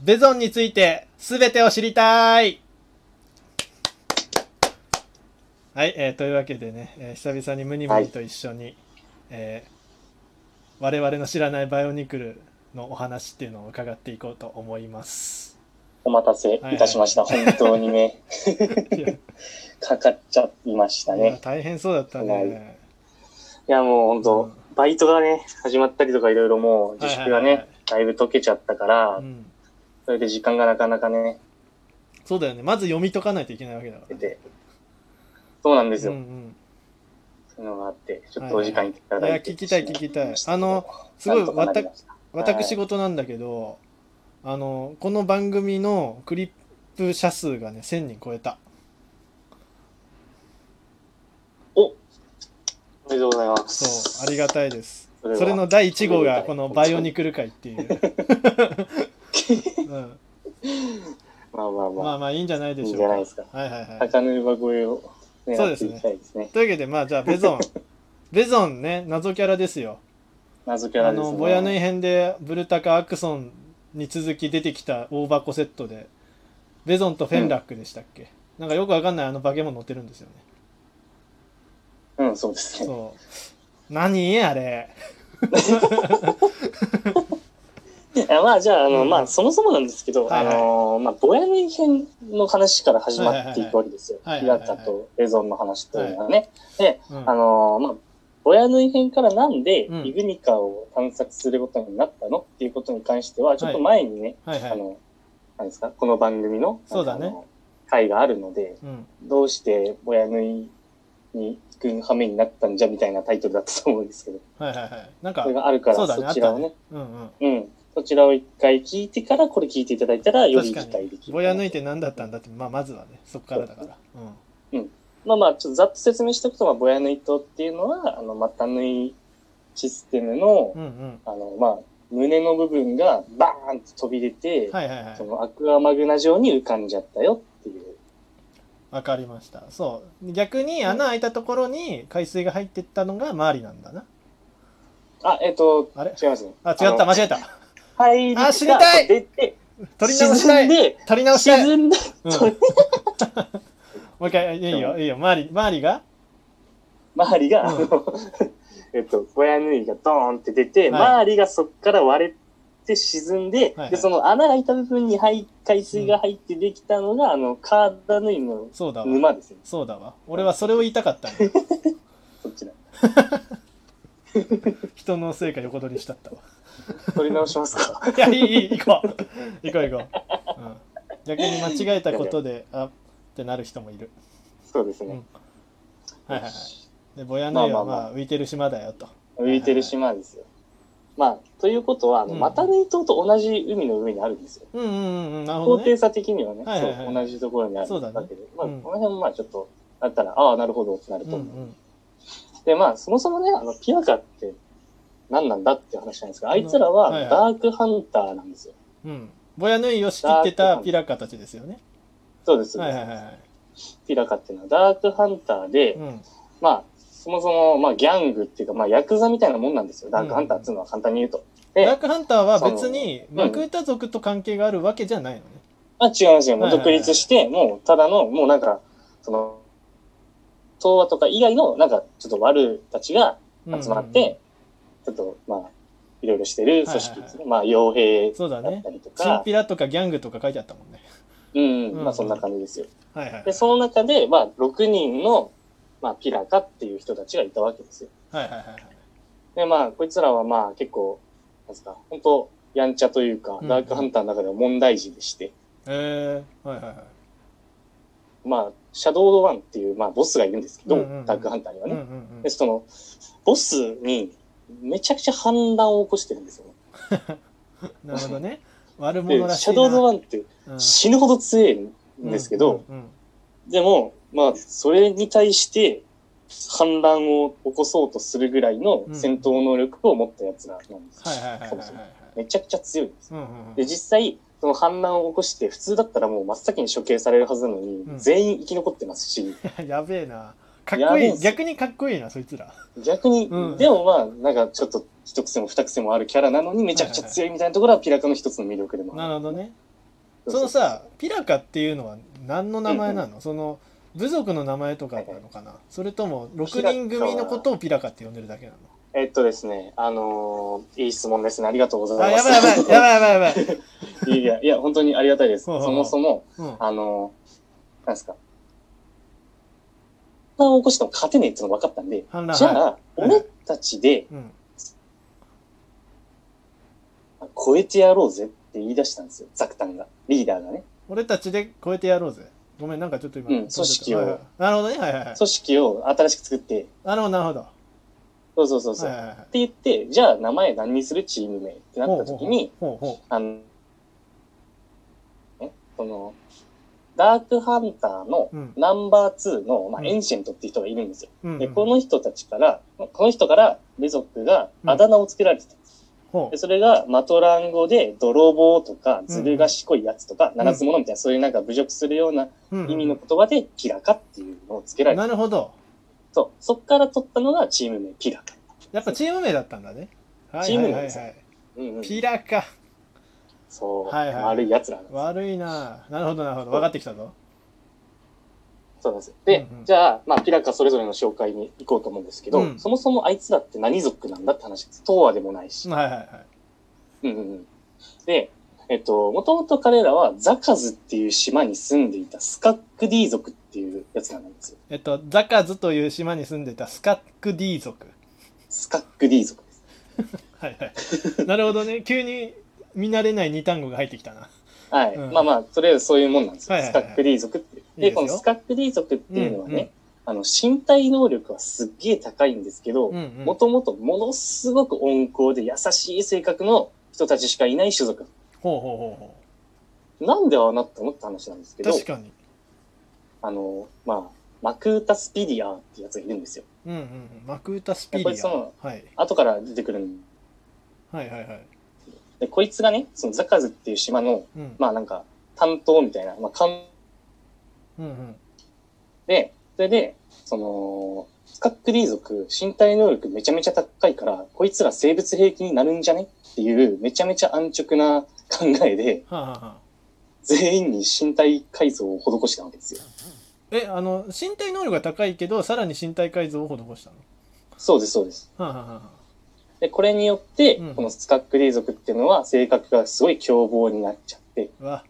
ベゾンについて全てを知りたいはい、えーというわけでね、えー久々にムニムニと一緒に、えー我々の知らないバイオニクルのお話っていうのを伺っていこうと思います。お待たせいたしました。本当にね、 いやいかかっちゃいましたやね。大変そうだったね。いや、もう本うん当、バイトがね、始まったりとかいろいろもう自粛がはいはいはいね、だいぶ解けちゃったからう、ん、それで時間がなかなかね、そうだよね。まず読み解かないといけないわけだから出ね。て。そうなんですうよ。んうんそういうのがあって、ちょっとお時間いたいだやいて。聞きたい聞きたいあのすごいなんとかなりました私事なんだけど、あのこの番組のクリップ社数がね1000人超えたおめでとうございます。そうありがたいですそそれれはの第1号がこのバイオニクル会っていう、 うん、まあまあまあままあいいんじゃないでしょういいんじゃないですかはいはいあ、はい高ぬば声をそうで狙ってすいねきたいですね。というわけでまあじゃあベゾンベゾンね謎キャラですよ謎キャあラですね。のボヤヌイ編でブルタカアクソンに続き出てきた大箱セットでベゾンとフェンラックでしたっけ、なんかよくわかんないあの化け物乗ってるんですよねうん、そうですね。そう。何あれ。いやまあじゃあ、あの、うんまあそもそもなんですけど、はいはいあの、まあ、ボヤヌイ編の話から始まっていくわけですよ。はいはいヒはいはラいカとレゾンの話というのはね。で、うんあの、まあ、ボヤヌイ編からなんで、うんイグニカを探索することになったのっていうことに関しては、ちょっと前にね、はいはあい。の、なんですか、この番組の、そうだねあの回があるので、うん。どうしてボヤヌイに行く羽目になったんじゃみたいなタイトルだったと思うんですけど、はいはいはい。なんかそれ、があるからそそうだね。あっちらたをねね、。うんうん。うん。そちらを一回聞いてから、これ聞いていただいたら、より確理か解でにき。る。ぼや抜いて何だったんだって、まあまずはね、そこからだから。うん。まあまあ、ちょっとざっと説明しておくと、まあ、ぼやぬいとっていうのは、あの、またぬいシステムの、うんうん。あの、まあ、胸の部分がバーンと飛び出て、はいはいはそい。のアクアマグナ状に浮かんじゃったよっていう。わかりました。そう。逆に穴開いたところに海水が入ってったのが周りなんだな。あ、えっ、と、あれ違いますね。あ、違った、の間違えた。入りがあ知りたい出て、取り直した沈んい。で、取り直したい。沈んで、うん取りもう一回、いいよ、いいよ。周り、周りが周りが、うんあの えっと、小屋縫いがドーンって出て、はい周りがそこから割れて沈んで、はいはいで、その穴が開いた部分に入海水が入ってできたのが、あの、カーダ縫いのそうだわ。沼ですね、そうだわ。俺はそれを言いたかったんだ よ。そっちら。人のせいか横取りしちゃったわ。取り直しま すかいや、いい、いい、行こう。行こう、行こう。うん、逆に間違えたことで、あってなる人もいる。そうですうねん。はいはいはい。で、ボヤヌイはまあまあまあ浮いてる島だよと。浮いてる島ですよ。まあ、ということは、あの、うんマタヌイ島と同じ海の上にあるんですよ。うんうんうん、なる高ほど、低ね。差的にはね、はいはいはいそう同じところにあるそうだねわけで、まあ、うんこの辺もまあちょっと、あったら、ああ、なるほどってなるうとんう思う。ん。で、まあ、そもそもね、あの、ピアカって何なんだっていう話なんですが、あいつらははいはいダークハンターなんですよ。うん。ボヤヌイを仕切ってたピラカたちですよね。そうです。はいはいはいはい。ピラカっていうのはダークハンターで、うん。まあ、そもそも、まあ、ギャングっていうか、まあ、ヤクザみたいなもんなんですよ。ダークハンターっていうのは簡単に言うと。でダークハンターは別にそのマうんクータ族と関係があるわけじゃないのね。まあ、違うんですよ。もうはいはいはい独立して、もう、ただの、もうなんか、その、東和とか以外の、なんか、ちょっと悪たちがうんうん集まって、ちょっと、まあ、いろいろしてる組織ですね。まあ、傭兵そうだだっねた。りとチンか、ピラとかギャングとか書いてあったもんね。うん、うんまあ、そんな感じですよ。はいはい。で、その中で、まあ、6人の、まあ、ピラカっていう人たちがいたわけですよ。はいはいはいはい。で、まあ、こいつらはまあ、結構、なんですか、本当やんちゃというかう、んダークハンターの中では問題児でして、えー、はいはいはい。まあ、シャドウドワンっていう、まあ、ボスがいるんですけど、うんうんうんダークハンターにはうんうね。んうんで、。その、ボスに、めちゃくちゃ反乱を起こしてるんですよ。なるほどね。悪で者、らしいシな。ャドウドワンってうん死ぬほど強いんですけど、うんうんうんでも、まあ、それに対して、反乱を起こそうとするぐらいの戦闘能力を持った奴らなんです。はいはいはいはいはそもいそもめちゃくちゃ強いんです。うんうんうで、ん実際、その反乱を起こして、普通だったらもう真っ先に処刑されるはずなのに、うん全員生き残ってます し、やべえなかっこやべえいっいす逆にかっこいいなそいつら逆に、うんでもまあ、なんかちょっと一癖も二癖もあるキャラなのに、めちゃくちゃ強いみたいなところは、ピラカの一つの魅力でもある。なるほどねそのさピラカっていうのは何の名前なの、その部族の名前とかなのかな、それとも6人組のことをピラカって呼んでるだけなのえっとですね、あのーいい質問ですね。ありがとうござあいまやす。ばいやばいやばいやばいやばい、 い。いや、いや、本当にありがたいです。ほうほうそもそも、うん、あのーなんですか。反乱を起こしても勝てねえっての分かったんで、反乱じゃあ、は俺たちでうん超えてやろうぜって言い出したんですよ。ザクタンが。リーダーがね。俺たちで超えてやろうぜごめんなんかちょっと今、うん組織をはいはいなるほどねはいはいはい組織を新しく作って、なるほどなるほどそうそうそうそう。はいはいはいって言って、じゃあ名前何にするチーム名ってなった時に、ほうほあの、ね、その、ダークハンターのうんナンバー2の、まうあ、んエンシェントっていう人がいるんですよ。ううんうんで、この人たちから、この人から部族があだ名をつけられてた。ほでそれがマトラン語で泥棒とかずる賢いやつとか、七つ者みたいな、そういうなんか侮辱するようなううんうん意味の言葉でピラカっていうのをつけられてた。なるほどそうそっから取ったのがチーム名ピラカ。やっぱチーム名だったんだねはいチーム名はいではすいはいうんうん。ピラかそう、はいはい悪い奴らなんですよ悪いななるほどなるほど分かってきたぞそうなんですよ。で、うんうんじゃあ、まあ、ピラカそれぞれの紹介に行こうと思うんですけど、うんそもそもあいつらって何族なんだって話です。東亜でもないし。はいはいはいうんうんうんで、えっと、もともと彼らはザカズっていう島に住んでいたスカックディ族っていうやつらなんですよ。えっとザカズという島に住んでたスカック D 族スカックディ族です。はい はいなるほどね急に見慣れない二単語が入ってきたなはい。うんまあまあ、とりあえずそういうもんなんですよ。はいはいはいスカックディ族っていう。いいで、ですこよのスカックディ族っていうのはね、うんうんあの、身体能力はすっげえ高いんですけど、うんうんもともとものすごく温厚で優しい性格の人たちしかいない種族。ほうほうほうほなんでああなったのって話なんですけうど、確かにあの、まあ、マクータスピディアってやつがいるんですよ。うんうんうんマクータスピリやっぱりそアはい後から出てくるんはいはいはいで、こいつがね、そのザカズっていう島の、うんまあなんか、担当みたいな、まあ、官うんうんで、それで、その、スカックリー族、身体能力めちゃめちゃ高いから、こいつら生物兵器になるんじゃねっていう、めちゃめちゃ安直な 考えで、はあ、はあはあ、全員に身体改造を施したわけですよ。えあの身体能力が高いけどさらに身体改造を施したのそうです、そうです。はあ、はあはあ、で、これによって、うんこのスカックリー族っていうのは性格がすごい凶暴になっちゃって、うわ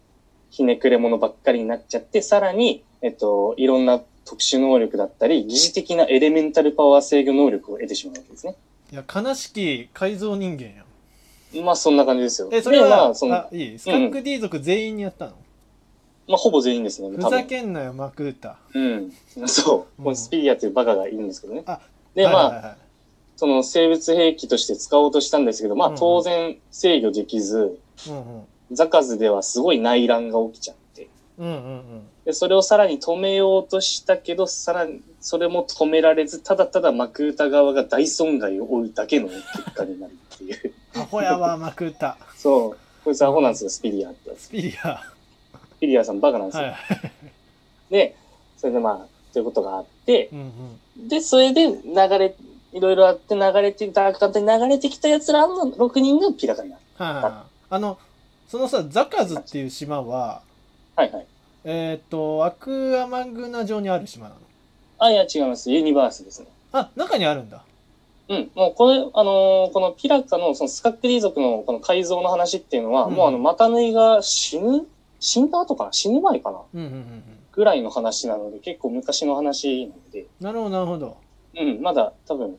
ひねくれ者ばっかりになっちゃって、さらに、えっと、いろんな特殊能力だったり、疑似的なエレメンタルパワー制御能力を得てしまうわけですね。いや悲しき改造人間やんまあ、そんな感じですよ。えそれは、でまああ、その、まいいスカック D 族全員にやったの、あ、ほぼ全員ですね。ふざけんなよマクータうん。そう。うんこのスピリアというバカがいるんですけどね。あで、まあ、はいはいはいその生物兵器として使おうとしたんですけど、まうあんうん当然制御できず、うんうんザカズではすごい内乱が起きちゃって、うんうんうんで、それをさらに止めようとしたけど、さらに、それも止められず、ただただマクータ側が大損害を負うだけの結果になるっていう。アホやわマクータ そう。こいつアホなんですよ、スピリアってやつ。ス スピリアはピリアさんバカなんですよ。いで、それでまあ、ということがあってう、んうんで、それで流れ、いろいろあって流れて、ダークカンタに流れてきた奴らの6人がピラカになる。はいはいはいあのそのさザカズっていう島ははいはい。えっ、とアクアマグナ城にある島なのあ、いや違います。ユニバースですね。あ中にあるんだうん、もうこれ、あのーこのピラカのそのスカックリー族のこの改造の話っていうのは、うんもうあの、マタヌイが死ぬ死んだ後かな死ぬ前かなうんうんうんうんぐらいの話なので、結構昔の話なので、なるほどなるほどうん、まだ多分、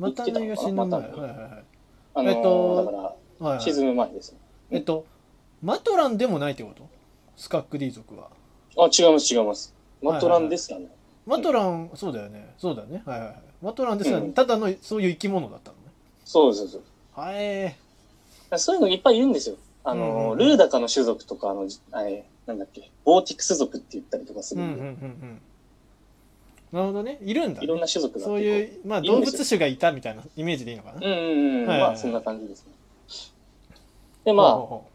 またねが死ぬ前まはいたねはいはいあのーえっとだかはいはいら、沈む前ですね。えっとマトランでもないってことスカック D 族はあ、違います、違います。マトランですよね。マトラン、そうだよねそうだよねはいはいはいマトランですよね、うんただのそういう生き物だったのねそうそうそう。だはいえからそういうのいっぱいいるんですよ。あのーうんルーダカの種族とか、あの、あれ、なんだっけ、ボーティクス族って言ったりとかすうるんうんんうで、んうんなるほどねいるんだ、ね、いろんな種族があっそてういうまあいる動んですよ物種がいたみたいなイメージでいいのかな、うんうんうん、はいはいはいまあそんな感じですね。でまあ、こ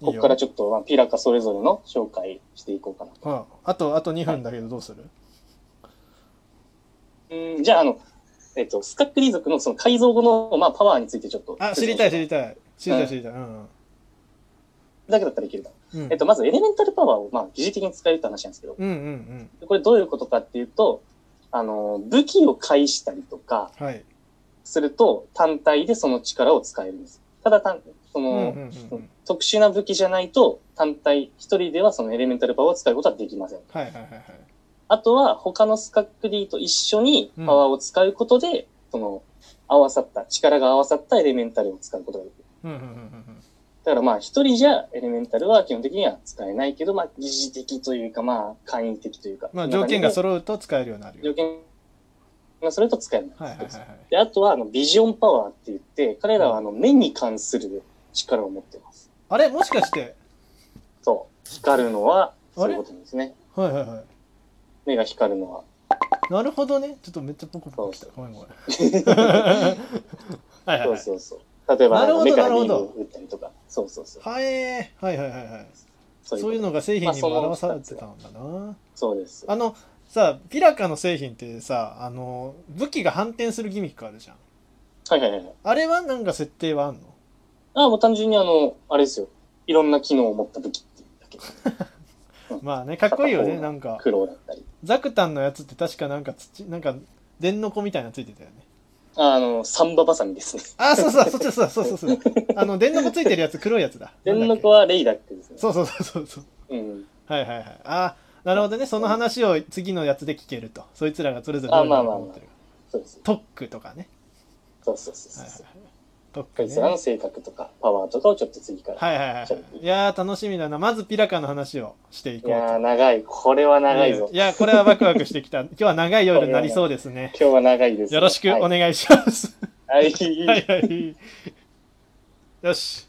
ここからちょっと、まあ、ピラカそれぞれの紹介していこうかなと。ああとあと2分だけどどうする、うんじゃあ、あの、えっと、スカックリ族のその改造後の、まあ、パワーについてちょっと。あ知りたい知説明しりたい知りたい知りたいうん、うんだけだったらいけるか。うんえっと、まずエレメンタルパワーを、まあ、疑似的に使えるって話なんですけど、うんうんうんこれどういうことかっていうと、あの、武器を介したりとかはいすると、単体でその力を使えるんです。ただ単、そうんうんの、うんうん特殊な武器じゃないと、単体、一人ではそのエレメンタルパワーを使うことはできません。はいはいはいはいあとは、他のスカックリーと一緒にパワーを使うことで、その、合わさった、力が合わさったエレメンタルを使うことができる。うんうんうんうんだからまあ、一人じゃエレメンタルは基本的には使えないけど、まあ、疑似的というか、まあ、簡易的というか。まあ条件がそ揃うと使えるようになる条よ件がそれと使えない。はいはいはいはいで、あとは、あの、ビジョンパワーって言って、彼らは、あの、目に関する力を持ってます。あれもしかしてそう。光るのは、あそれういうことですね。はいはいはい目が光る のは。なるほどねちょっとめっちゃポコポコしたごめんごめん はいはいそはういそうそう。例えば、なあるのほど目からビなるほーどムを打ったりとか。そうそうそう。はいえーはいはいはいはいそそういうことのが製品にもまあ表そさのれてたんだなそうです。あのさピラカの製品ってさあの武器が反転するギミックあるじゃんはいはいはいはい。あれはなんか設定はあんのあ、もう単純にあの、あれですよ。いろんな機能を持った武器っていうだけ。まあねかっこいいよ片ね方なんか苦労だったり。ザクタンのやつって確かなんか土なんか電の子みたいなのついてたよねあの、サンババサミですね。あそうそうそっちそうそうそうそうあの電の子ついてるやつ黒いやつだ電の子ははレイダックですね。そうそうそうそうそううん。はいはいはいあなるほどねその話を次のやつで聞けるとそいつらがそれぞれどういうのを持ってるかそうです。トックとかねそうそうそうはいそうはいそう。はいトッこクいつらのね性格とか、パワーとかをちょっと次から。はいはいはいはいいやー楽しみだなまずピラカの話をしていいこうやー、と長い。これは長いぞ。いやこれはワクワクしてきた 今日は長い夜になりそうですね今日は 長いですね、 よろしくおはい願いしますはいはいはい。よし。